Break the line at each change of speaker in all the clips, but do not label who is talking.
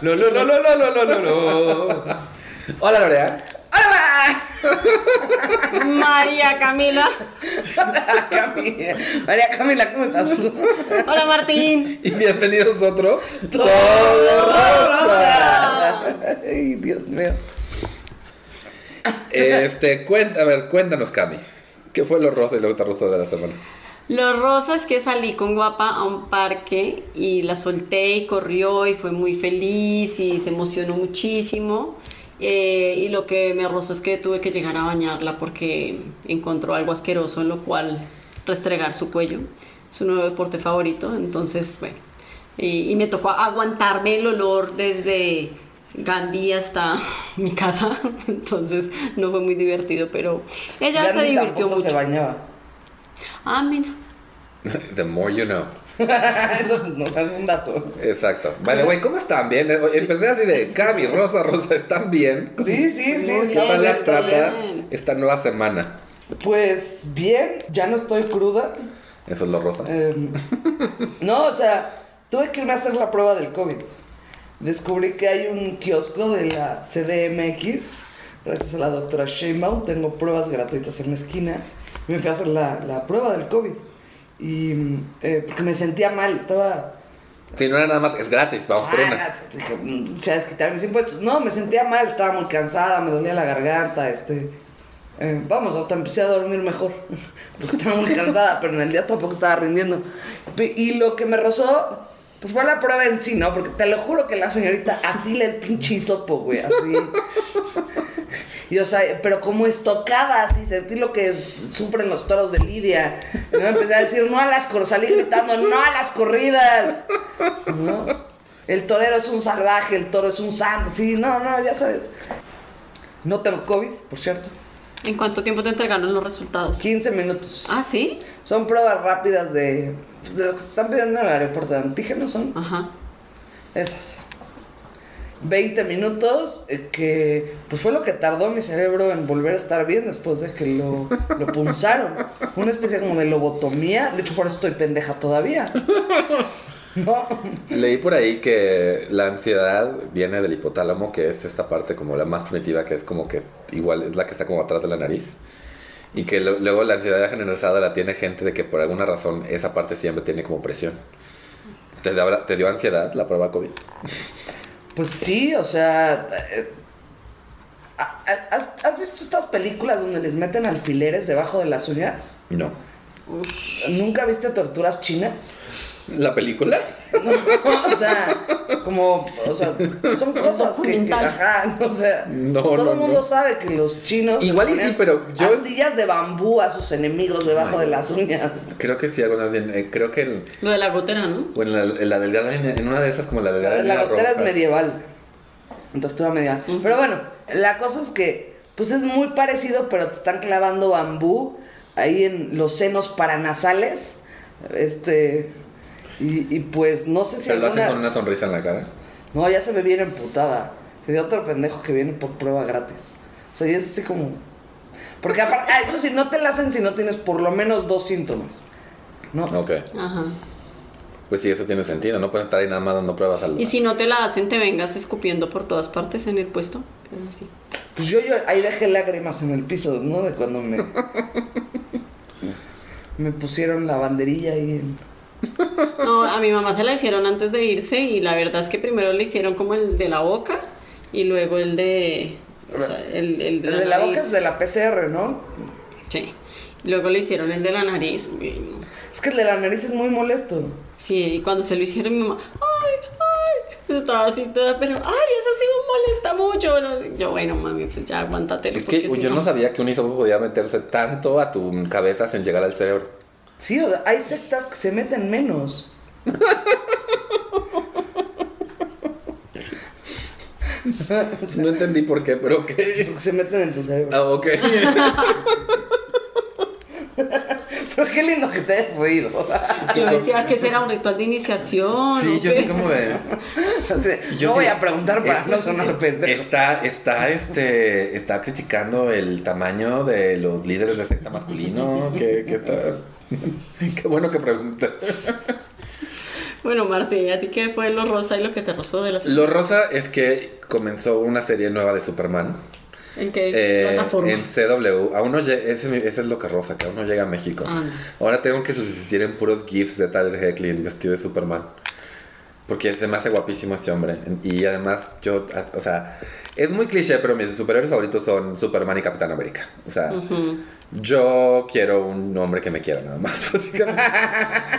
Lo, lo, lo, lo, lo, lo, lo, lo, lo. Hola, Lorea.
María Camila.
Hola, Camila. María Camila, ¿cómo estás?
Hola Martín.
Y bienvenidos a otro.
Todo
rosa.
Ay, Dios mío.
Este, cuenta, a ver, cuéntanos, Cami. ¿Qué fue lo rosa y lo rosa de la semana?
Lo rosa es que salí con guapa a un parque y la solté y corrió y fue muy feliz y se emocionó muchísimo. Eh, y lo que me rozó es que tuve que llegar a bañarla porque encontró algo asqueroso en lo cual restregar su cuello, su nuevo deporte favorito. Entonces, bueno, y, y me tocó aguantarme el olor desde Gandhi hasta mi casa. Entonces, no fue muy divertido, pero ella se
Gandhi
divirtió
tampoco
mucho.
se bañaba.
Ah, mira.
The more you know.
Eso nos hace un dato.
Exacto. Vale, güey, ¿cómo están? Bien. eh, Empecé así de Cami, Rosa, Rosa, ¿están bien?
Sí, sí, sí.
Muy
¿Qué
está
bien,
tal las
bien, está
trata?
bien.
trata
bien.
esta nueva semana?
Pues bien, ya no estoy cruda.
Eso es lo rosa.
Em, no, o sea, tuve que irme a hacer la prueba del COVID. Descubrí que hay un kiosco de la CDMX. Gracias a la doctora Sheinbaum tengo pruebas gratuitas en la esquina. Me fui a hacer la, la prueba del COVID. Y mm, eh, porque me sentía mal, estaba...
Si no era nada más, es gratis, vamos por
Ah,
una.
no, dije, mm, ya desquitar mis impuestos. No, me sentía mal, estaba muy cansada, me dolía la garganta, este... eh, vamos, hasta empecé a dormir mejor, porque estaba muy cansada, pero en el día tampoco estaba rindiendo. Pe- Y lo que me rozó, pues fue la prueba en sí, ¿no? Porque te lo juro que la señorita afila el pinche hisopo, güey, así. Y o sea, pero como estocada, así sentí lo que sufren los toros de Lidia. Y me empecé a decir, no a las corridas, salí gritando, no a las corridas. ¿No? El torero es un salvaje, el toro es un santo, sí, no, no, ya sabes. No tengo COVID, por cierto.
¿En cuánto tiempo te entregaron los resultados?
15 minutos.
Ah, sí.
Son pruebas rápidas de, pues, de las que están pidiendo en el aeropuerto de antígenos, son
Ajá.
Esas. 20 minutos, eh, que pues fue lo que tardó mi cerebro en volver a estar bien después de que lo, lo punzaron. Una especie como de lobotomía. De hecho, por eso estoy pendeja todavía. No.
Leí por ahí que la ansiedad viene del hipotálamo, que es esta parte como la más primitiva, que es como que igual es la que está como atrás de la nariz. Y que lo- luego la ansiedad generalizada la tiene gente de que por alguna razón esa parte siempre tiene como presión. ¿Te, da- te dio ansiedad la prueba COVID?
Pues sí, o sea. eh, a- a- ¿Has, has visto estas películas donde les meten alfileres debajo de las uñas?
No.
¿Nunca viste torturas chinas?
¿La película?
No, o sea, como, o sea, son cosas que, que
Documental.
ajá, o sea,
No,
pues todo
no,
el mundo
no.
sabe que los chinos
Igual y
ponían
sí, pero yo-
pastillas de bambú a sus enemigos debajo de las uñas.
Creo que sí, alguna vez. eh, creo que en,
Lo de la gotera, ¿no?
o en la, en la delgada línea- en una de esas, como la delgada
La,
línea
gotera es
roja.
medieval, tortura medieval.
Ujú.
Pero bueno, la cosa es que, pues es muy parecido, pero te están clavando bambú ahí en los senos paranasales, este, y, y pues no sé si
Pero lo hacen
alguna-
con una sonrisa en la cara.
No, ya se me viene emputada. Se dio otro pendejo que viene por prueba gratis. O sea, y es así como. Porque aparte, ah, eso sí, no te la hacen si no tienes por lo menos dos síntomas. No.
Ok.
Ajá.
Pues sí, eso tiene sentido. No pueden estar ahí nada más dando pruebas al.
Y si no te la hacen, te vengas escupiendo por todas partes en el puesto. Es así.
Pues yo, yo ahí dejé lágrimas en el piso, ¿no? De cuando me. me pusieron la banderilla ahí en.
No, a mi mamá se la hicieron antes de irse y la verdad es que primero le hicieron como el de la boca y luego el de... o sea, el, el de
El
la,
de la boca
nariz.
es de la PCR, ¿no?
Sí. Luego le hicieron el de la nariz. Uy, no.
Es que el de la nariz es muy molesto.
Sí, y cuando se lo hicieron mi mamá, ay, ay, estaba así toda, pero ay, eso sí me molesta mucho. Bueno, yo, bueno, mami, pues ya aguántate.
Es que
porque si
yo no sabía que un hisopo podía meterse tanto a tu cabeza sin llegar al cerebro.
Sí, o sea, hay sectas que se meten menos.
No entendí por qué, pero ok.
Porque se meten en tu cerebro.
Oh.
Ah, ok.
Pero qué lindo que te hayas reído.
Yo decía que ese era un ritual de iniciación.
Sí,
¿o
yo
qué?
sí como de...
Yo
yo
no
sí-
voy a preguntar para
eh,
no sonar pendejo.
Está, está, este, está criticando el tamaño de los líderes de secta masculino. Que, que está... Qué bueno que pregunta.
Bueno, Marte, ¿a ti qué fue lo rosa y lo que te rozó de las...
Lo rosa es que comenzó una serie nueva de Superman.
¿En qué
eh,
plataforma?
en CW. Aún no lle- ese, es mi- ese es lo que rosa, que aún no llega a México.
Ah.
Ahora tengo que subsistir en puros GIFs de Tyler Hecklin vestido de Superman. Porque se me hace guapísimo este hombre. Y además, yo, o sea, es muy cliché, pero mis superhéroes favoritos son Superman y Capitán América. O sea,
Ah, Ujú.
yo quiero un hombre que me quiera nada más, básicamente.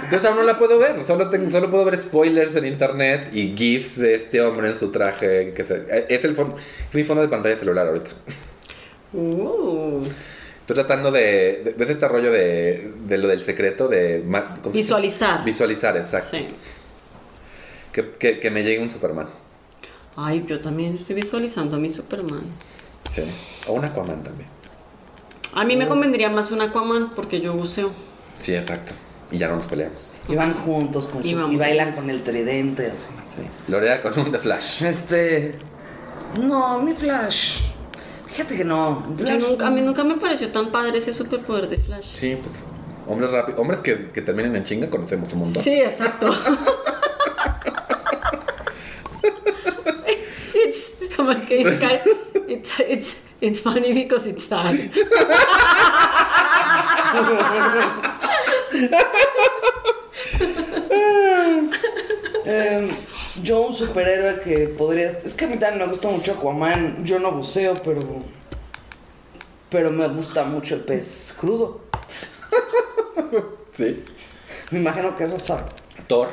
Entonces aún no la puedo ver, solo, tengo, solo puedo ver spoilers en internet y GIFs de este hombre en su traje. Que se- es el fon- mi fondo de pantalla celular ahorita.
Uh,
Estoy tratando de, de- ¿Ves este rollo de, de lo del secreto? De ma- ¿cómo se-
Visualizar.
Visualizar, exacto.
sí.
Que, que- que me llegue un Superman.
Ay, yo también estoy visualizando a mi Superman.
Sí. O un Aquaman también.
A
Ah.
mí me convendría más un Aquaman porque yo buceo.
Sí, exacto. Y ya no nos peleamos.
Y van juntos con su,
Y
y,
vamos
bailan
juntos.
con el tridente, así.
Sí. Lorea con un The Flash.
Este. No, mi Flash. Fíjate que no. mi
Yo
Flash
nunca- a
no.
mí nunca me pareció tan padre ese superpoder de Flash.
Sí, pues. Hombres rápidos. Hombres que, que terminan en chinga conocemos un montón.
Sí, exacto. it's, ¿cómo es que dice Kai? It's, it's, it's funny because it's sad.
Eh, yo, un superhéroe que podría. Es que a mí también me gusta mucho Aquaman. Yo no buceo, pero. Pero me gusta mucho el pez crudo.
Sí.
Me imagino que eso sabe.
Thor.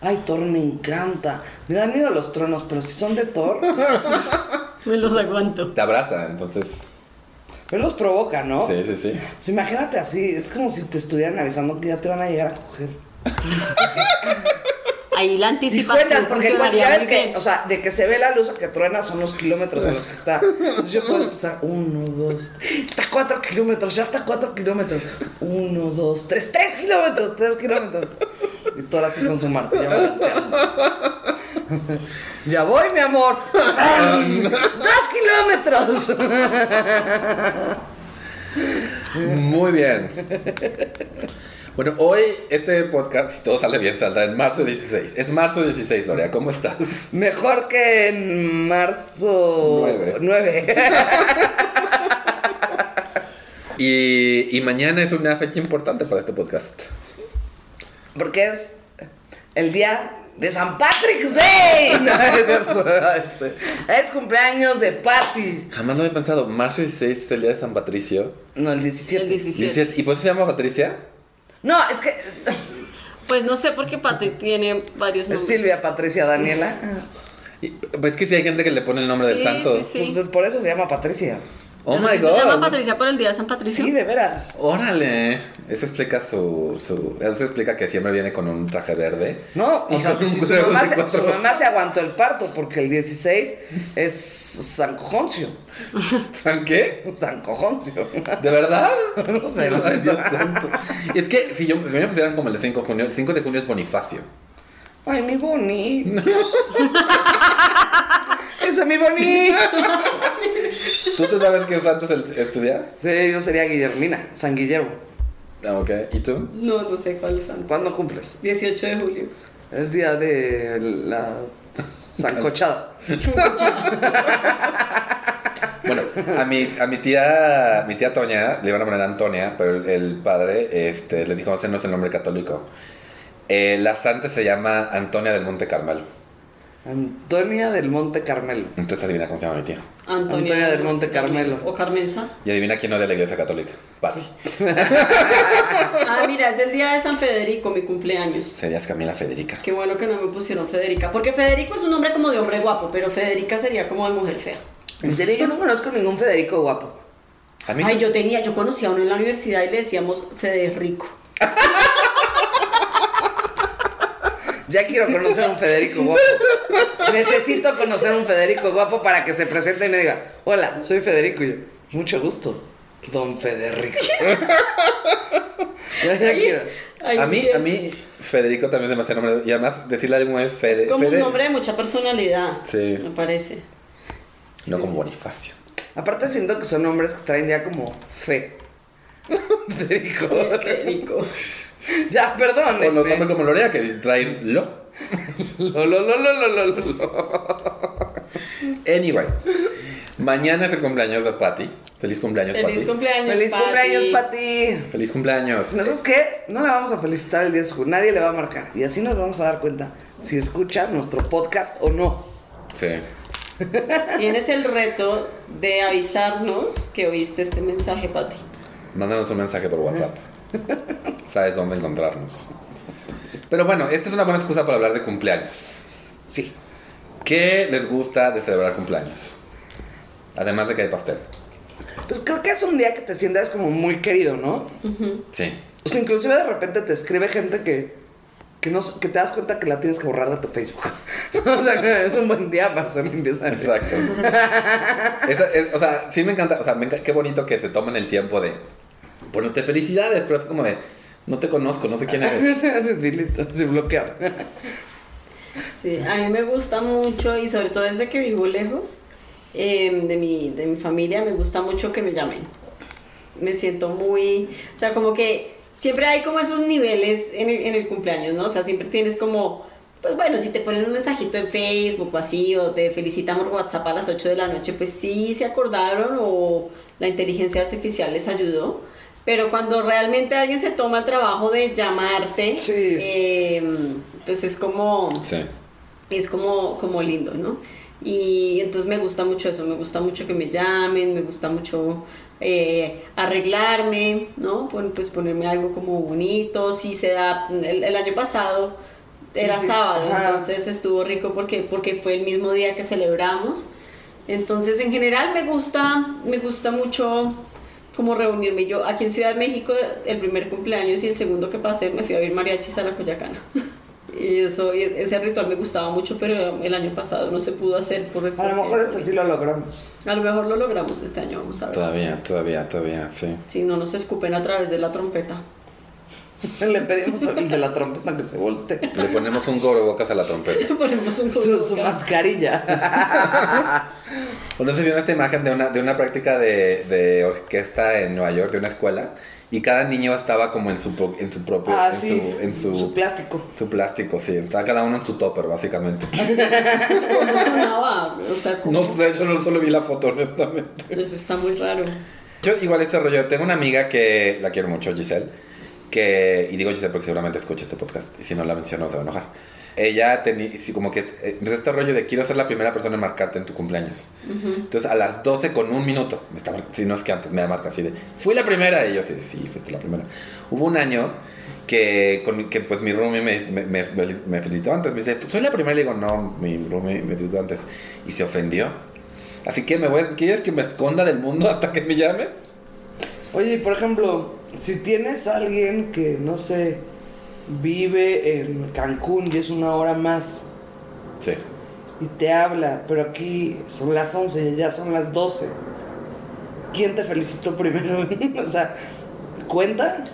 Ay, Thor me encanta. Me dan miedo los truenos, pero si son de Thor,
Me los aguanto.
Te abraza, entonces.
él los provoca, ¿no?
Sí, sí, sí.
Pues imagínate así, es como si te estuvieran avisando que ya te van a llegar a coger.
Ahí la
Y cuentas,
anticipación
porque cuentas, ya
funcionaría
ves
muy
que,
bien.
o sea, de que se ve la luz a que truena son los kilómetros en los que está. Entonces yo puedo empezar, uno, dos, está a cuatro kilómetros, ya está a cuatro kilómetros. Uno, dos, tres, tres kilómetros, tres kilómetros. Y tú ahora sí con su martillo. balanceando. Ya voy, mi amor. ¡Dos kilómetros!
Muy bien. Bueno, hoy este podcast, si todo sale bien, saldrá en marzo 16. Es marzo 16, Lorea. ¿Cómo estás?
Mejor que en marzo
Nueve.
9.
Y, y mañana es una fecha importante para este podcast.
Porque es el día de San Patrick's Day. No, es cierto. este, es cumpleaños de Patty.
Jamás lo había pensado. Marzo 16 es el día de San Patricio.
No, el
El
17.
17.
17. ¿Y por eso se llama Patricia?
No, es que
Pues no sé por qué Pati tiene varios
es
nombres.
Silvia Patricia Daniela.
Y- pues que sí hay gente que le pone el nombre del
Sí,
santo.
sí, sí.
Pues por eso se llama Patricia.
Oh
Pero
my
sí
god.
Se llama Patricia por el día de San Patricio.
Sí, de veras.
Órale. Eso explica su, su- Eso explica que siempre viene con un traje verde.
No, o
Y
sea,
un
si su,
cuervo
mamá
de
se,
cuatro-
su mamá se aguantó el parto porque el 16 es San Cojoncio.
¿San qué?
San Cojoncio.
¿De verdad?
No sé, no sé.
Ay, Dios santo. Y es que si yo si me pusieran como el 5 de junio, el 5 de junio es Bonifacio.
Ay, mi Bonnie. Ese es mi Bonnie.
¿Tú te sabes qué santo es, el, es tu día?
Sí, yo sería Guillermina, San Guillermo.
Ah, Ok. ¿Y tú?
No, no sé cuál es santo.
¿Cuándo cumples?
18 de julio.
Es día de la sancochada.
Bueno, a mi, a mi tía, mi tía Toña, le iban a poner Antonia, pero el, el padre este, les dijo, ese no es el nombre católico. Eh, la santa se llama Antonia del Monte Carmelo.
Antonia del Monte Carmelo.
Entonces adivina cómo se llama mi tía.
Antonia,
Antonia del Monte Carmelo.
O Carmenza.
Y adivina quién odia la iglesia católica. Pati.
Ah, mira, es el día de San Federico, mi cumpleaños.
Serías Camila Federica.
Qué bueno que no me pusieron Federica. Porque Federico es un nombre como de hombre guapo, pero Federica sería como de mujer fea.
En serio, yo no conozco ningún Federico guapo.
A mí,
Ay, yo tenía, yo conocía a uno en la universidad y le decíamos Federico.
Ya quiero conocer a un Federico guapo. Necesito conocer a un Federico guapo para que se presente y me diga, hola, soy Federico. Y yo, mucho gusto, don Federico. ya, ya quiero.
Ay,
a mí,
yes.
a mí, Federico también es demasiado nombre. Y además, decirle algo es Fede.
Es como
Fede-
un hombre de mucha personalidad.
Sí.
Me parece.
No como Bonifacio.
Aparte siento que son hombres que traen ya como fe. Federico.
Federico.
Ya, perdón.
O lo
este.
tomen como Lorea, que traen lo.
Lo, lo, lo, lo, lo, lo, lo.
Anyway, mañana es el cumpleaños de Patty. Feliz cumpleaños,
Feliz
Patty.
cumpleaños,
Feliz
Pati.
cumpleaños, Pati.
Feliz cumpleaños.
¿Nosotros qué? No la vamos a felicitar el día de su cumpleaños, nadie le va a marcar. Y así nos vamos a dar cuenta si escucha nuestro podcast o no.
Sí.
Tienes el reto de avisarnos que oíste este mensaje, Pati.
Mándanos un mensaje por WhatsApp. Sabes dónde encontrarnos. Pero bueno, esta es una buena excusa para hablar de cumpleaños.
Sí.
¿Qué les gusta de celebrar cumpleaños? Además de que hay pastel.
Pues creo que es un día que te sientas como muy querido, ¿no?
Sí.
O sea, inclusive de repente te escribe gente que, que, no, que te das cuenta que la tienes que borrar de tu Facebook. o sea, que es un buen día para ser limpieza.
Exacto. Esa- es- o sea, sí me encanta. O sea, me enca- qué bonito que te tomen el tiempo de ponerte felicidades, pero es como de no te conozco, no sé quién eres.
Se hace delete, así bloquear.
Sí, a mí me gusta mucho y sobre todo desde que vivo lejos eh, de, mi, de mi familia, me gusta mucho que me llamen. Me siento muy, o sea, como que siempre hay como esos niveles en el, en el cumpleaños, ¿no? O sea, siempre tienes como, pues bueno, si te ponen un mensajito en Facebook o así, o te felicitan por WhatsApp a las 8 de la noche, pues sí se acordaron o la inteligencia artificial les ayudó. Pero cuando realmente alguien se toma el trabajo de llamarte,
Sí.
eh, pues es como
Sí.
es como, como lindo, ¿no? Y entonces me gusta mucho eso, me gusta mucho que me llamen, me gusta mucho eh, arreglarme, ¿no? Pon- Pues ponerme algo como bonito, si se da, el, el año pasado era
Sí, sí,
sábado,
ajá.
entonces estuvo rico porque, porque fue el mismo día que celebramos. Entonces en general me gusta, me gusta mucho como reunirme. Yo aquí en Ciudad de México, el primer cumpleaños y el segundo que pasé, me fui a ver mariachis a la Coyacana. Y eso, y ese ritual me gustaba mucho, pero el año pasado no se pudo hacer por
A lo mejor esto sí lo logramos.
A lo mejor lo logramos este año, vamos a ver.
Todavía, todavía, todavía, sí.
Si no nos escupen a través de la trompeta.
Le pedimos al de la trompeta que se voltee.
Le ponemos un cubrebocas a la trompeta.
Ponemos un
Su, su
cubrebocas.
mascarilla.
Bueno, se vieron esta imagen de una, de una práctica de, de orquesta en Nueva York, de una escuela, y cada niño estaba como en su, pro- en su propio,
Ah,
en,
sí.
su, en su,
Su plástico.
su plástico, sí, estaba cada uno en su topper, básicamente.
Ah,
¿Cómo sonaba? O sea, ¿cómo?
No sé, yo no solo vi la foto, honestamente.
Eso está muy raro.
Yo igual este rollo, tengo una amiga que la quiero mucho, Giselle, que, y digo Giselle porque seguramente escucha este podcast, y si no la menciono se va a enojar. Ella tenía, sí, como que, eh, pues este rollo de quiero ser la primera persona en marcarte en tu cumpleaños. Entonces a las 12 con un minuto, me está mar- si no es que antes me marca así de, fui la primera, y yo así de, sí, fuiste la primera. Hubo un año que, con, mi- que pues mi roomie me, me, me, me felicitó antes, me dice, soy la primera, le digo, no, mi roomie me felicitó antes, y se ofendió. Así que me voy, ¿quieres que me esconda del mundo hasta que me llames?
Oye, y por ejemplo, si tienes a alguien que, no sé, vive en Cancún y es una hora más
Sí.
y te habla, pero aquí son las 11 y ya son las 12, ¿quién te felicitó primero? o sea, ¿cuenta?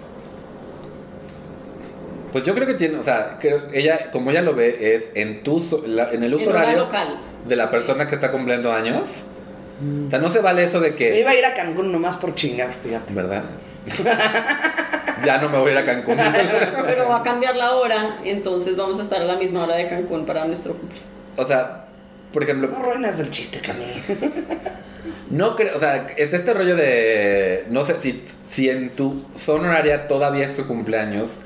Pues yo creo que tiene, o sea, creo- ella, como ella lo ve, es en tu, so- la- en el uso
En hora
horario
local.
de la persona que está cumpliendo años. O sea, no se vale eso de
Yo
que,
iba a ir a Cancún nomás por chingar, fíjate.
¿verdad? ya no me voy a ir a Cancún.
Pero va a cambiar la hora, entonces vamos a estar a la misma hora de Cancún para nuestro cumpleaños.
o sea, por ejemplo,
No arruinas el chiste, Camille.
No creo, o sea, es este rollo de. No sé, si, si en tu zona horaria todavía es tu cumpleaños,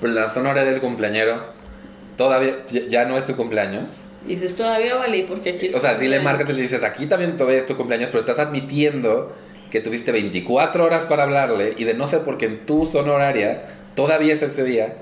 pero en la zona horaria del cumpleañero todavía ya ya no es tu cumpleaños.
Dices, todavía vale, porque aquí es
O sea, si le
cumpleaños.
marcas y le dices, aquí también todavía es tu cumpleaños, pero estás admitiendo que tuviste 24 horas para hablarle y de no ser porque en tu zona horaria todavía es ese día,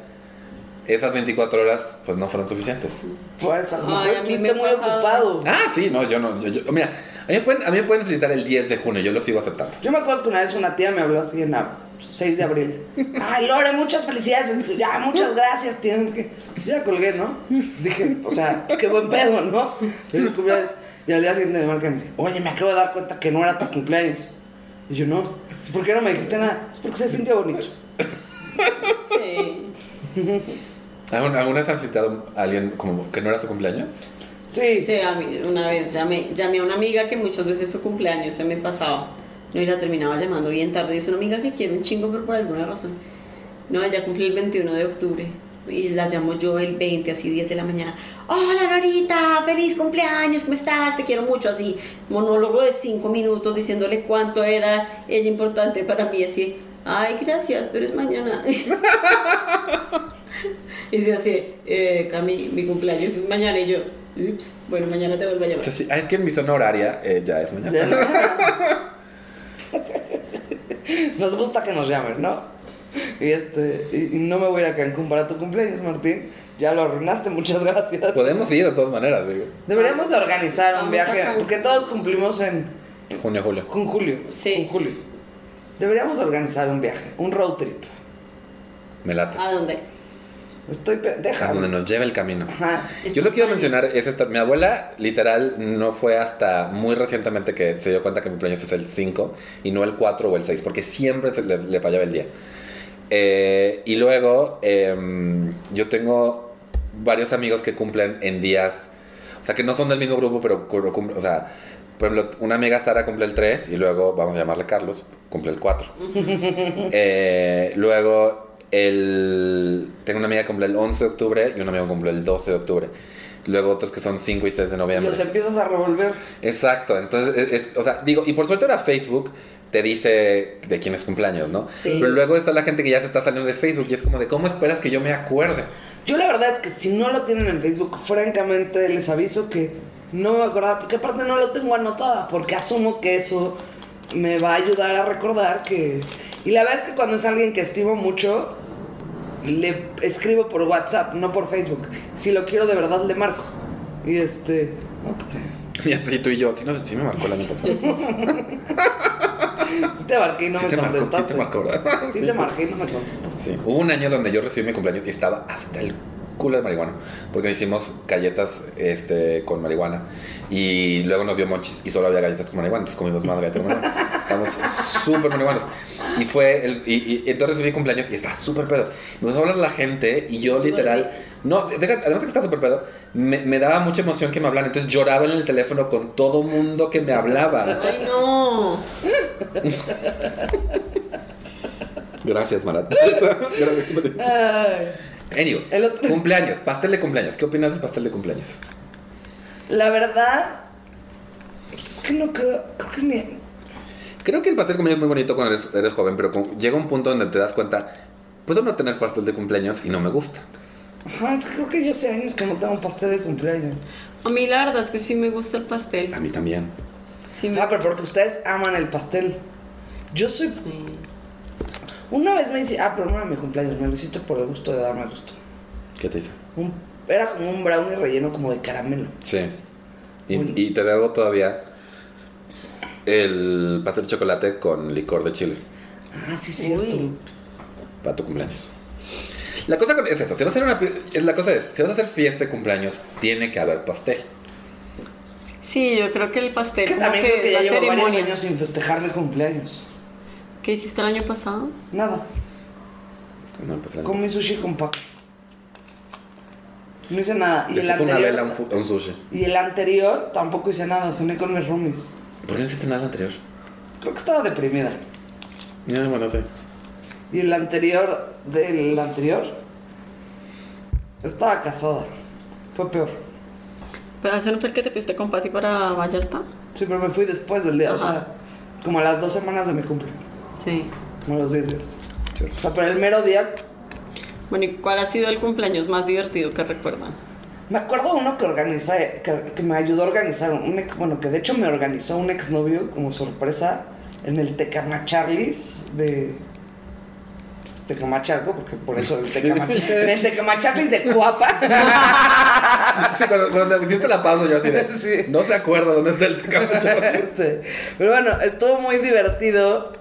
esas 24 horas pues no fueron suficientes.
Pues a lo mejor
Ay, a mí me
estuviste
ha
muy
pasado
ocupado.
Ah, sí, no, yo no. yo- yo- mira, a mí, me pueden, a mí me pueden felicitar el 10 de junio, yo lo sigo aceptando.
Yo me acuerdo que una vez una tía me habló así en la 6 de abril. Ay, Lore, muchas felicidades. Ya, muchas gracias, tienes que. Ya colgué, ¿no? Dije, o sea, pues, qué buen pedo, ¿no? Feliz cumpleaños. Y al día siguiente me marcan y me dicen, oye, me acabo de dar cuenta que no era tu cumpleaños. Y yo, no. ¿Por qué no me dijiste nada? Es porque se sintió bonito.
Sí.
¿Algún- ¿Alguna vez han visitado a alguien como que no era su cumpleaños?
Sí.
Sí, a mí, una vez llamé, llamé a una amiga que muchas veces su cumpleaños se me pasaba. No, y la terminaba llamando bien tarde. Dice una amiga que quiere un chingo, pero por alguna razón. No, ya cumplí el 21 de octubre. Y la llamo yo el 20, así 10 de la mañana. Hola Norita, feliz cumpleaños, ¿cómo estás? Te quiero mucho, así. Monólogo de 5 minutos diciéndole cuánto era ella importante para mí, así. Ay, gracias, pero es mañana. y se hace, eh, Cami, mi cumpleaños es mañana. Y yo, ups, bueno, mañana te vuelvo a llamar.
Entonces, sí, ah, es que en mi zona horaria eh, ya es mañana.
Nos gusta que nos llamen, ¿no? Y este, y y no me voy a ir a Cancún para tu cumpleaños, Martín. Ya lo arruinaste, muchas gracias.
Podemos ir de todas maneras, digo.
Deberíamos de organizar un
Vamos a
viaje,
Cancún.
porque todos cumplimos en
Junio, julio.
con julio.
Sí.
Con julio. Deberíamos organizar un viaje, un road trip.
Me late.
¿A dónde?
Estoy
A donde
pendeja.
nos lleve el camino.
Ajá.
Es
Yo lo que quiero
espontáneo.
mencionar es esta. Mi abuela, literal, no fue hasta muy recientemente que se dio cuenta que mi cumpleaños es el 5 y no el 4 o el 6, porque siempre se le, le fallaba el día. Eh, y luego, em, yo tengo varios amigos que cumplen en días, o sea, que no son del mismo grupo, pero cu- cum- o sea, por ejemplo, una amiga Sara cumple el 3 y luego, vamos a llamarle Carlos, cumple el 4. Eh, luego, el, tengo una amiga que cumple el 11 de octubre y un amigo que cumple el 12 de octubre. Luego otros que son 5 y 6 de noviembre.
Los empiezas a revolver.
Exacto, entonces, es- es- o sea, digo, y por suerte ahora Facebook te dice de quién es cumpleaños, ¿no?
Sí.
Pero luego está la gente que ya se está saliendo de Facebook y es como de, ¿cómo esperas que yo me acuerde?
Yo la verdad es que si no lo tienen en Facebook, francamente les aviso que no me acordaba, porque aparte no lo tengo anotada, porque asumo que eso me va a ayudar a recordar que... Y la verdad es que cuando es alguien que estimo mucho, le escribo por WhatsApp, no por Facebook. Si lo quiero de verdad, le marco. Y este... no, porque
Y así tú y yo, sí, no, sí me marcó el año pasado.
Yo sí.
sí te marqué y no
Sí
me
te marcó, sí te
contestaste.
marcó, ¿verdad?
Sí
Sí,
te
sí.
marqué y no me contestaste.
Sí, hubo un año donde yo recibí mi cumpleaños y estaba hasta el culo de marihuana, porque hicimos galletas este, con marihuana y luego nos dio monchis y solo había galletas con marihuana, entonces comimos más galletas con marihuana. Estamos súper marihuanos. Y fue, el, y, y entonces recibí cumpleaños y estaba súper pedo. Me empezó a hablar la gente y yo literal, no, deja- además de que estaba súper pedo, me, me daba mucha emoción que me hablaran, entonces lloraba en el teléfono con todo mundo que me hablaba.
Ay, no.
Gracias, Marat.
Ay.
Anyway,
El otro-
cumpleaños, pastel de cumpleaños. ¿Qué opinas del pastel de cumpleaños?
La verdad... pues, es que no creo... Creo que ni...
Creo que el pastel de cumpleaños es muy bonito cuando eres, eres joven, pero como- llega un punto donde te das cuenta, puedo no tener pastel de cumpleaños y no me gusta.
Ajá, es que creo que yo hace años que no tengo pastel de cumpleaños.
A mí la verdad es que sí me gusta el pastel.
A mí también.
Sí me
Ah, pero porque ustedes aman el pastel. Yo soy.
Sí.
Una vez me hice. Ah, pero no era mi cumpleaños, me lo hiciste por el gusto de darme gusto.
¿Qué te hice?
Un- era como un brownie relleno como de caramelo.
Sí. Y,
Bueno.
y te debo todavía el pastel de chocolate con licor de chile
Ah, sí, es cierto.
Uy.
para tu cumpleaños. La cosa con- es eso, si vas a hacer una pi- es- la cosa es, si vas a hacer fiesta de cumpleaños, tiene que haber pastel.
Sí, yo creo que el pastel
Es que
como
también creo que ya
es la
llevo varios
ceremonia.
años sin festejar mi cumpleaños.
¿Qué hiciste el año pasado?
Nada.
No, el pastel de
Comí
cumpleaños. sushi.
sushi con Paco. No hice nada. Y
Le
el,
puse una
anterior,
vela a un, fu- a un sushi.
y el anterior tampoco hice nada, cené con mis roomies.
¿Por qué no hiciste nada el anterior?
Creo que estaba deprimida.
No, bueno, sí.
Y el anterior del anterior estaba casada. Fue peor.
¿Pero ese no fue el que te fuiste con Pati para Vallarta?
Sí, pero me fui después del día, o sea,
Ajá.
como a las dos semanas de mi cumple,
Sí.
como a los 10 días.
Cierto.
O sea, pero el mero día,
Bueno, ¿y cuál ha sido el cumpleaños más divertido que recuerdan?
me acuerdo uno que organiza, que, que me ayudó a organizar, un ex- bueno, que de hecho me organizó un exnovio como sorpresa en el Tecama Charlies de... Tecamacharco, porque por eso el Tecama, en el Tecama Charlies de Cuapas.
Ah, Sí, cuando, cuando te hiciste la pausa yo así de...
Sí.
No se acuerda dónde está el tecamacho.
Este, pero bueno, estuvo muy divertido.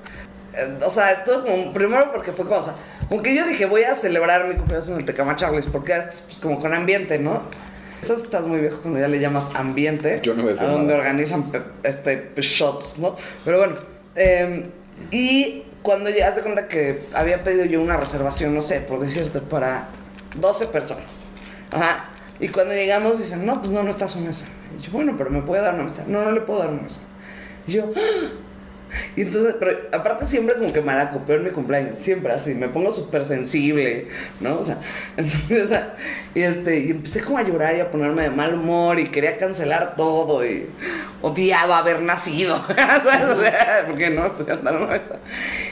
Eh, O sea, estuvo como, primero porque fue cosa. Aunque yo dije, voy a celebrar mi cumpleaños en el Tecama Charles, porque es pues, como con ambiente, ¿no? Eso estás muy viejo cuando ya le llamas ambiente.
Yo no voy a hacer
A donde
nada.
organizan pe- este, pe- shots, ¿no? Pero bueno, eh, y cuando llegaste cuenta que había pedido yo una reservación, no sé, por decirte, para 12 personas. Ajá. Y cuando llegamos dicen, no, pues no, no está su mesa. Y yo, bueno, pero me puede dar una mesa. No, no le puedo dar una mesa. Y yo, ¡ah! Y entonces, pero aparte siempre como que me la copió en mi cumpleaños, siempre así, me pongo súper sensible, ¿no? O sea, entonces, o sea, y este, y empecé como a llorar y a ponerme de mal humor y quería cancelar todo y odiaba haber nacido, ¿sabes? O sea, porque no, podía andar una vez.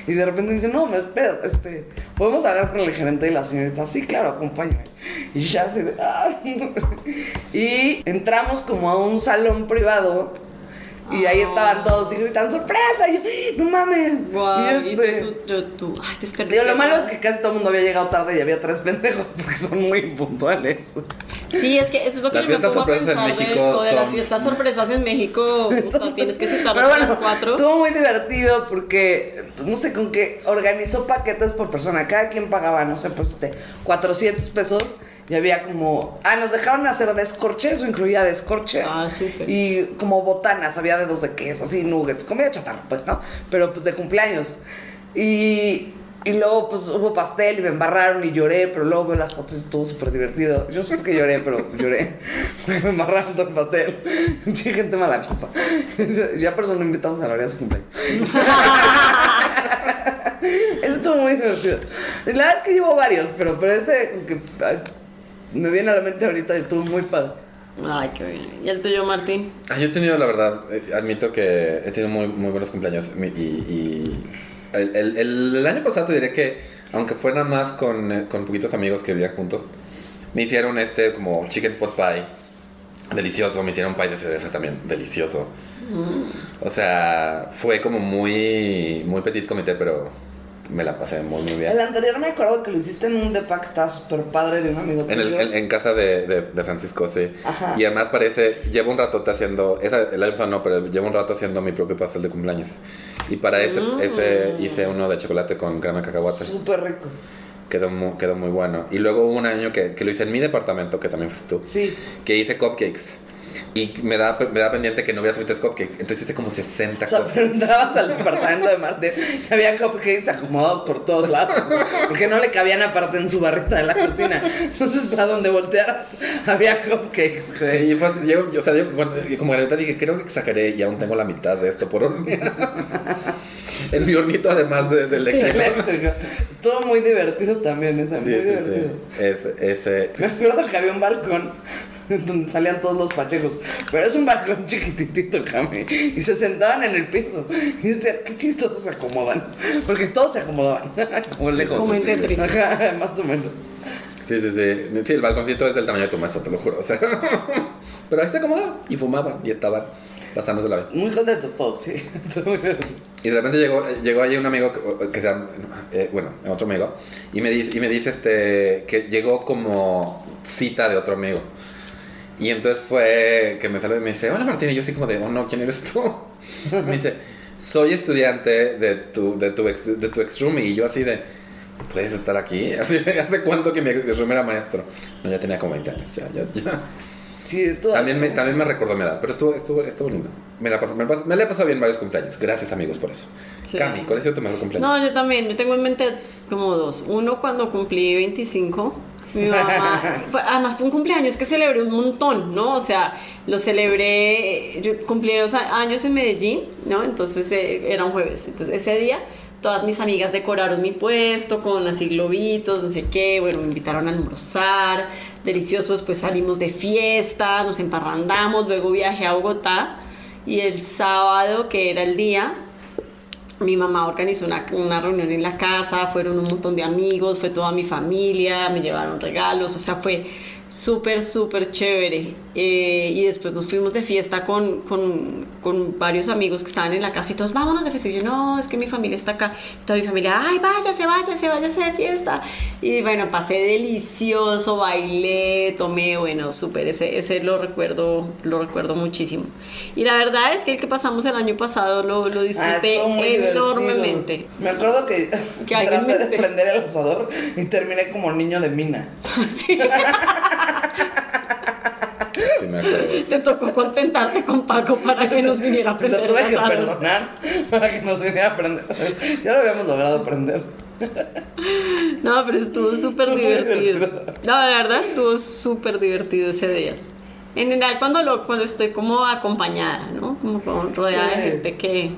Y de repente me dice, no, me espera, este, podemos hablar con el gerente y la señorita, sí, claro, acompáñame. Y ya así de, "Ah". Y entramos como a un salón privado y ahí
Ah.
estaban todos y gritaban, sorpresa, y yo, no mames.
Guau,
y
y
este,
tú, yo, tú, ay, desperdicié.
digo, lo malo es que casi todo el mundo había llegado tarde y había tres pendejos porque son muy puntuales.
Sí, es que eso es lo que
Las
yo me
fiestas
pongo a
sorpresas en
pensar de
México
eso, de las
son-
fiestas sorpresas en México, puta, tienes que sentar
Pero
a
bueno,
las cuatro.
estuvo muy divertido porque no sé con qué organizó paquetes por persona. Cada quien pagaba, no sé, pues este, 400 pesos y había como. Ah, nos dejaron hacer descorche, eso incluía descorche.
Ah, súper.
Y como botanas, había dedos de queso, así, nuggets, comida chatarra, pues, ¿no? Pero pues de cumpleaños. Y. Y luego, pues, hubo pastel y me embarraron y lloré, pero luego veo las fotos y estuvo súper divertido. Yo sé por qué lloré, pero lloré. Porque me embarraron todo el pastel. Mucha gente mala copa. Ya por eso no invitamos a la hora de su cumpleaños. Eso estuvo muy divertido. La verdad es que llevo varios, pero, pero este como que ay, me viene a la mente ahorita y estuvo muy padre.
Ay, qué bien. ¿Y el tuyo, Martín?
Ah, yo he tenido, la verdad, eh, admito que he tenido muy, muy buenos cumpleaños. Mi- Y, y el, el- el- el año pasado te diré que, aunque fue nada más con, eh, con poquitos amigos que vivían juntos, me hicieron este como chicken pot pie. Delicioso, me hicieron pie de cerveza también, delicioso. O sea, fue como muy, muy petit comité, pero me la pasé muy, muy bien.
El anterior me acuerdo que lo hiciste en un depa que estaba súper padre de un amigo
En, el-
tuyo.
en- en casa de, de- de Francisco, sí.
Ajá.
Y además parece, llevo un rato haciendo, esa, el año pasado no, pero llevo un rato haciendo mi propio pastel de cumpleaños. Y para ese,
Mm.
ese hice uno de chocolate con crema de cacahuate.
Súper rico.
Quedó muy, quedó muy bueno. Y luego hubo un año que, que lo hice en mi departamento, que también fuiste tú,
Sí.
que hice cupcakes. Y me da, me da pendiente que no hubiera subido cupcakes. Entonces hice como 60
O sea,
cupcakes.
pero entrabas al departamento de Martín y había cupcakes acomodados por todos lados, porque no le cabían aparte en su barrita de la cocina. Entonces, para donde voltearas, había cupcakes, güey.
Sí, fue así, yo, yo- o sea, yo, bueno, y como ahorita dije, creo que exageré y aún tengo la mitad de esto por hornear. en mi hornito, además de, de
Sí,
eléctrico.
eléctrico. Estuvo muy divertido también, ese,
Sí,
muy
sí,
divertido.
sí. Ese, ese-
Me acuerdo que había un balcón donde salían todos los pachecos, pero es un balcón chiquititito, Cami, y se sentaban en el piso. Y decía, qué chistosos se acomodan, porque todos se acomodaban, como lejos.
Como en Tetris.
Ajá, más o menos.
sí, sí, sí. Sí, el balconcito es del tamaño de tu mesa, te lo juro. O sea, pero ahí se acomodaban y fumaban y estaban pasándose la vida.
Muy contentos todos, sí. Estuvo muy divertido.
Y de repente llegó, llegó ahí un amigo que, que se llama, eh, bueno, otro amigo, y me dice, y me dice este, que llegó como cita de otro amigo. Y entonces fue que me sale y me dice, hola Martín, y yo así como de, oh no, ¿quién eres tú? me dice, soy estudiante de tu, de tu, ex, de tu ex roomie", y yo así de, ¿puedes estar aquí? Así de, ¿hace cuánto que mi ex roomie era maestro? No, ya tenía como 20 años, ya, ya, ya.
Sí, estuvo-
También me, también me recordó mi edad, pero estuvo, estuvo, estuvo lindo. Me la, pasó- me, la pasó- me la he pasado bien varios cumpleaños. Gracias, amigos, por eso.
Sí.
Cami, ¿cuál ha sido tu mejor cumpleaños?
No, yo también, yo tengo en mente como dos. Uno cuando cumplí 25. Mi mamá, fue- además fue un cumpleaños que celebré un montón, ¿no? O sea, lo celebré, eh, yo cumplí dos a- años en Medellín, ¿no? Entonces eh, era un jueves. Entonces ese día todas mis amigas decoraron mi puesto con así globitos, no sé qué, bueno, me invitaron a almorzar, delicioso, después salimos de fiesta, nos emparrandamos, luego viajé a Bogotá y el sábado, que era el día, mi mamá organizó una, una reunión en la casa, fueron un montón de amigos, fue toda mi familia, me llevaron regalos, o sea, fue súper, súper chévere. Eh, y después nos fuimos de fiesta con, con- con varios amigos que estaban en la casa y todos, vámonos de fiesta. Y yo, no, es que mi familia está acá. Y toda mi familia, ay, váyase, váyase, váyase de fiesta. Y bueno, pasé delicioso, bailé, tomé, bueno, súper, ese, ese lo recuerdo, lo recuerdo muchísimo. Y la verdad es que el que pasamos el año pasado lo, lo
Ah,
disfruté
estuvo muy
enormemente.
divertido. Me acuerdo que,
Que alguien me
traté de
esté-
prender el asador y terminé como niño de mina.
Sí,
Sí, me acuerdo. de eso.
te tocó contentarte con Paco para que nos viniera a
Lo
aprender.
tuve que perdonar para que nos viniera a aprender. Ya lo habíamos logrado aprender.
No, pero estuvo súper
Muy
divertido.
divertido.
No, la verdad estuvo súper divertido ese día. En general, cuando, lo, cuando estoy como acompañada, ¿no? Como con- rodeada de
Sí.
gente que,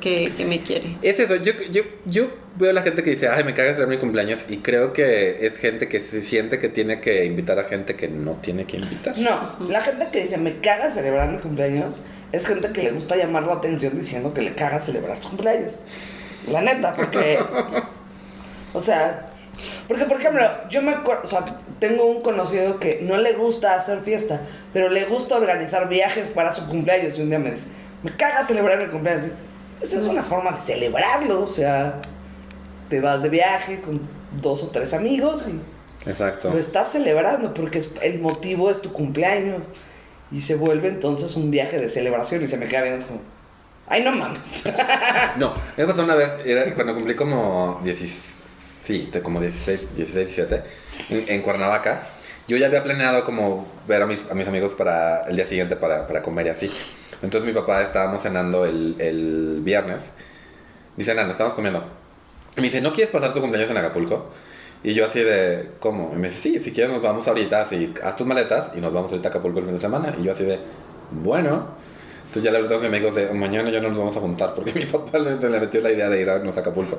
que, que me quiere.
Es eso, yo, yo, yo veo a la gente que dice, ay, me caga celebrar mi cumpleaños, y creo que es gente que se siente que tiene que invitar a gente que no tiene que invitar.
No, la gente que dice me caga celebrar mi cumpleaños es gente que le gusta llamar la atención diciendo que le caga celebrar su cumpleaños. La neta, porque. o sea. Porque, por ejemplo, yo me acuerdo. O sea, tengo un conocido que no le gusta hacer fiesta, pero le gusta organizar viajes para su cumpleaños. Y un día me dice, me caga celebrar mi cumpleaños. Y Esa es una forma de celebrarlo, o sea. Te vas de viaje con dos o tres amigos y.
Exacto.
Lo estás celebrando porque es- el motivo es tu cumpleaños. Y se vuelve entonces un viaje de celebración y se me queda viendo es como, ay, no mames.
No, me pasó una vez, era cuando cumplí como 16, sí, te- como 16, 16, 17, en, en Cuernavaca. Yo ya había planeado como ver a mis, a mis amigos para el día siguiente para, para comer y así. Entonces mi papá estábamos cenando el, el viernes. Dice, no, estábamos comiendo. Y me dice, ¿no quieres pasar tu cumpleaños en Acapulco? Y yo así de, ¿cómo? Y me dice, sí, si quieres nos vamos ahorita, así, haz tus maletas y nos vamos ahorita a Acapulco el fin de semana. Y yo así de, bueno. Entonces ya le hablé a todos mis amigos de, mañana ya no nos vamos a juntar porque mi papá le, le metió la idea de irnos a Acapulco.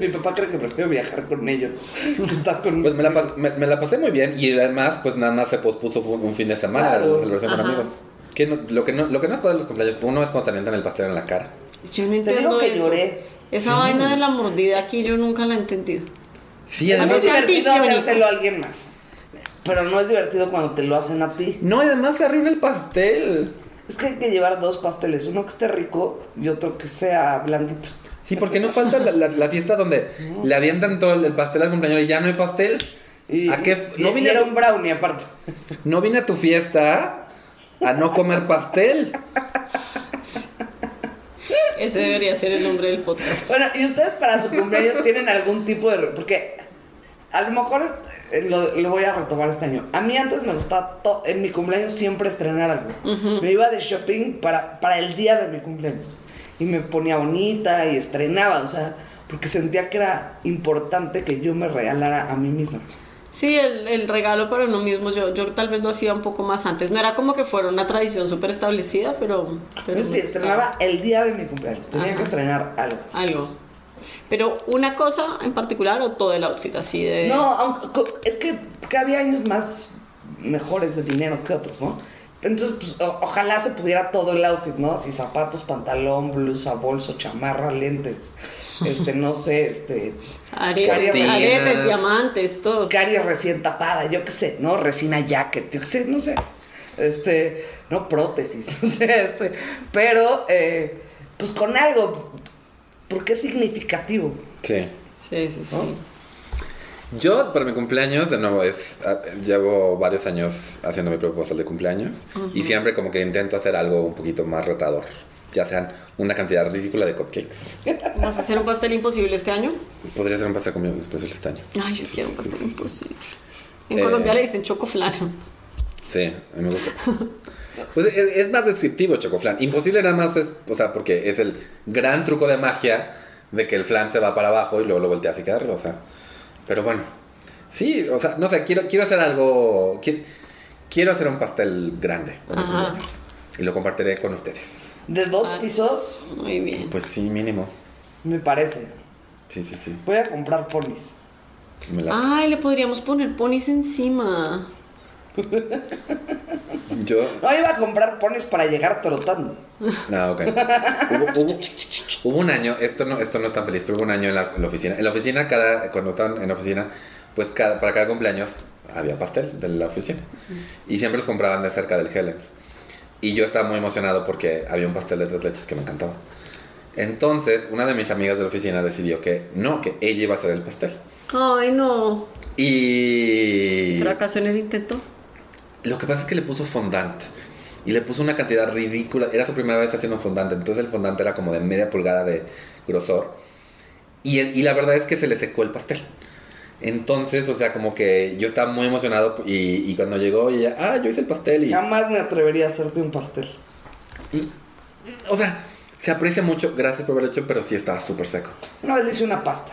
Mi papá cree que prefiero viajar con ellos que estar con
Pues me la, pas- me, me la pasé muy bien y además pues nada más se pospuso un, un fin de semana
Claro.
la celebración con
Ajá.
amigos. Que no- lo, que no, lo que no es padre de los cumpleaños, uno es cuando te avientan el pastel en la cara.
Yo no
Te digo
entiendo
que
eso.
lloré.
Esa
Sí.
vaina de la mordida aquí yo nunca la he entendido.
Sí,
No
además...
es divertido
Antihigiénico.
hacérselo a alguien más. Pero no es divertido cuando te lo hacen a ti.
No, además se arruina el pastel.
Es que hay que llevar dos pasteles, uno que esté rico y otro que sea blandito.
Sí, porque no falta la, la- la fiesta donde le avientan todo el, el pastel al cumpleaños y ya no hay pastel.
Y,
¿A qué f-
y-
no,
y
vine a,
era un brownie aparte.
no vine a tu fiesta a no comer pastel.
Ese debería ser el nombre del podcast.
Bueno, ¿y ustedes para su cumpleaños tienen algún tipo de... Porque a lo mejor eh, lo, lo voy a retomar este año. A mí antes me gustaba to- en mi cumpleaños siempre estrenar algo. Me iba de shopping para, para el día de mi cumpleaños. Y me ponía bonita y estrenaba, o sea, porque sentía que era importante que yo me regalara a mí misma.
Sí, el, el regalo para uno mismo, yo, yo tal vez lo hacía un poco más antes. No era como que fuera una tradición súper establecida, pero... pero
yo sí
me gustaba.
estrenaba el día de mi cumpleaños. Tenía
Ajá.
que estrenar algo.
Algo. Pero una cosa en particular o todo el outfit así de...
No, aunque, co- es que cada había años más mejores de dinero que otros, ¿no? Entonces, pues, o- ojalá se pudiera todo el outfit, ¿no? Así zapatos, pantalón, blusa, bolso, chamarra, lentes, este, no sé, este,
Aretes,
Cortinas.
aretes, diamantes, todo.
caries recién tapada, yo qué sé, ¿no? Resina jacket, yo qué sé, no sé, este, no prótesis, no sé, este, pero, eh, pues con algo, porque es significativo,
Sí.
Sí, sí, sí.
¿no?
Yo, para mi cumpleaños, de nuevo, es ah, llevo varios años haciendo mi propio pastel de cumpleaños y siempre como que intento hacer algo un poquito más retador. Ya sean una cantidad ridícula de cupcakes.
¿Vas a hacer un pastel imposible este año?
Podría ser un pastel conmigo después del estaño.
Ay, yo quiero un pastel imposible. En
Eh.
Colombia le dicen chocoflan.
Sí, a mí me gusta. Pues es, es más descriptivo Chocoflan. Imposible nada más es, o sea, porque es el gran truco de magia de que el flan se va para abajo y luego lo volteas y queda arriba, o sea. Pero bueno, sí, o sea, no sé, quiero, quiero hacer algo, quiero, quiero hacer un pastel grande. para mi
Ajá.
cumpleaños. y lo compartiré con ustedes.
de dos
Ay.
pisos,
Muy bien.
Pues sí, mínimo.
me parece.
Sí, sí, sí.
Voy a comprar ponis.
Me la-
Ay, le podríamos poner ponis encima.
Yo,
No iba a comprar ponis para llegar trotando.
No, Ah, ok. Hubo, hubo- hubo un año, esto no, esto no es tan feliz, pero hubo un año en la, en la oficina. En la oficina, cada, cuando estaban en la oficina, pues cada, para cada cumpleaños había pastel de la oficina. Y siempre los compraban de cerca del Helens. Y yo estaba muy emocionado porque había un pastel de tres leches que me encantaba. Entonces, una de mis amigas de la oficina decidió que no, que ella iba a hacer el pastel.
Ay, no.
Y...
¿Fracaso en el intento?
Lo que pasa es que le puso fondant. Y le puso una cantidad ridícula. Era su primera vez haciendo fondant. Entonces el fondant era como de media pulgada de grosor. Y, el- y la verdad es que se le secó el pastel. Entonces, o sea, como que yo estaba muy emocionado. Y, y cuando llegó, y ella, ah, yo hice el pastel. Y,
Jamás me atrevería a hacerte un pastel.
o sea, se aprecia mucho. Gracias por haberlo hecho, pero sí estaba súper seco.
Una vez le hice una pasta.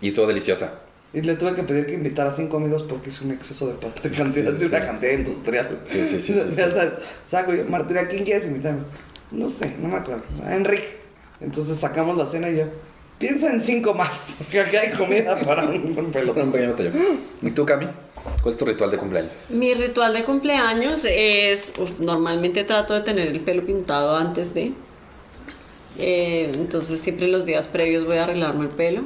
Y estuvo deliciosa.
Y le tuve que pedir que invitara a cinco amigos porque hice un exceso de pasta. De cantidad,
Sí,
de una
sí.
cantidad industrial.
Sí, sí, sí, sí,
O sea,
sí.
sa- saco yo, Martina, ¿quién quieres invitarme? No sé, no me acuerdo. A Enrique. Entonces sacamos la cena y yo, piensa en cinco más, porque acá hay comida para un buen
Para
pelotón.
un pequeño batallón.
Mm.
¿Y tú, Cami? ¿Cuál es tu ritual de cumpleaños?
Mi ritual de cumpleaños es, uf, normalmente trato de tener el pelo pintado antes de, Eh, entonces siempre los días previos voy a arreglarme el pelo.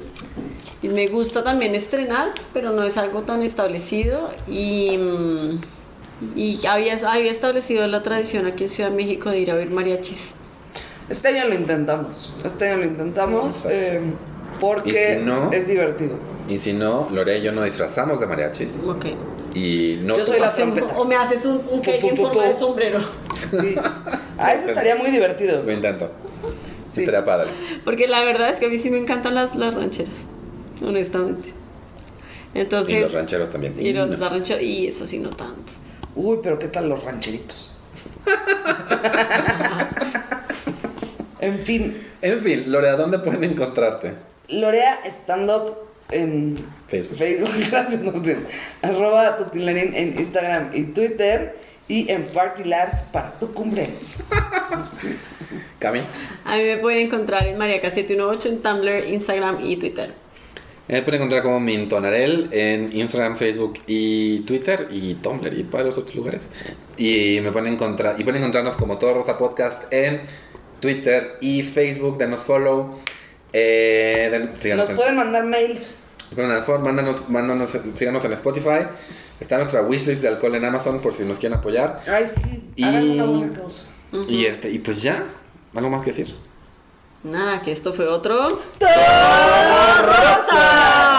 Y me gusta también estrenar, pero no es algo tan establecido y, mm, y había, había establecido la tradición aquí en Ciudad de México de ir a ver mariachis.
Este año lo intentamos, este año lo intentamos
Sí, exacto.
eh, porque
Y si no-
es divertido.
Y si no, Lorea y yo nos disfrazamos de mariachis.
Ok.
Y no
Yo soy
tú-
la-
Hace un-
trompeta.
o me haces un, un cake en
pu, pu,
forma de
pu.
sombrero.
Sí. Ah, eso estaría muy divertido.
Lo intento. Sí.
Sí.
Estaría padre.
Porque la verdad es que a mí sí me encantan las, las rancheras, honestamente. Entonces,
y los rancheros también.
y los-
no.
las rancheras- y eso sí no tanto.
Uy, pero ¿qué tal los rancheritos? en fin,
En fin, Lorea, ¿dónde pueden encontrarte?
Lorea Stand Up en
Facebook.
gracias, Martín. Arroba Tutilarín en Instagram y Twitter. Y en Partyland para tu cumpleaños.
Cami.
A mí me pueden encontrar en Mariaca718 en Tumblr, Instagram y Twitter.
Me pueden encontrar como Mintonarel en Instagram, Facebook y Twitter y Tumblr y varios otros lugares. Y me pueden encontrar y pueden encontrarnos como Todo Rosa Podcast en Twitter y Facebook. Denos follow. Eh, den-
Nos
síganos en-
pueden mandar mails.
Bueno, nada, por favor, mándanos, mándanos, síganos en Spotify. Está nuestra wishlist de alcohol en Amazon por si nos quieren apoyar.
Ay, sí.
Y-
Hagan una buena causa.
Y este, y pues ya, algo más que decir.
Nada, que esto fue otro.
¡Rosa!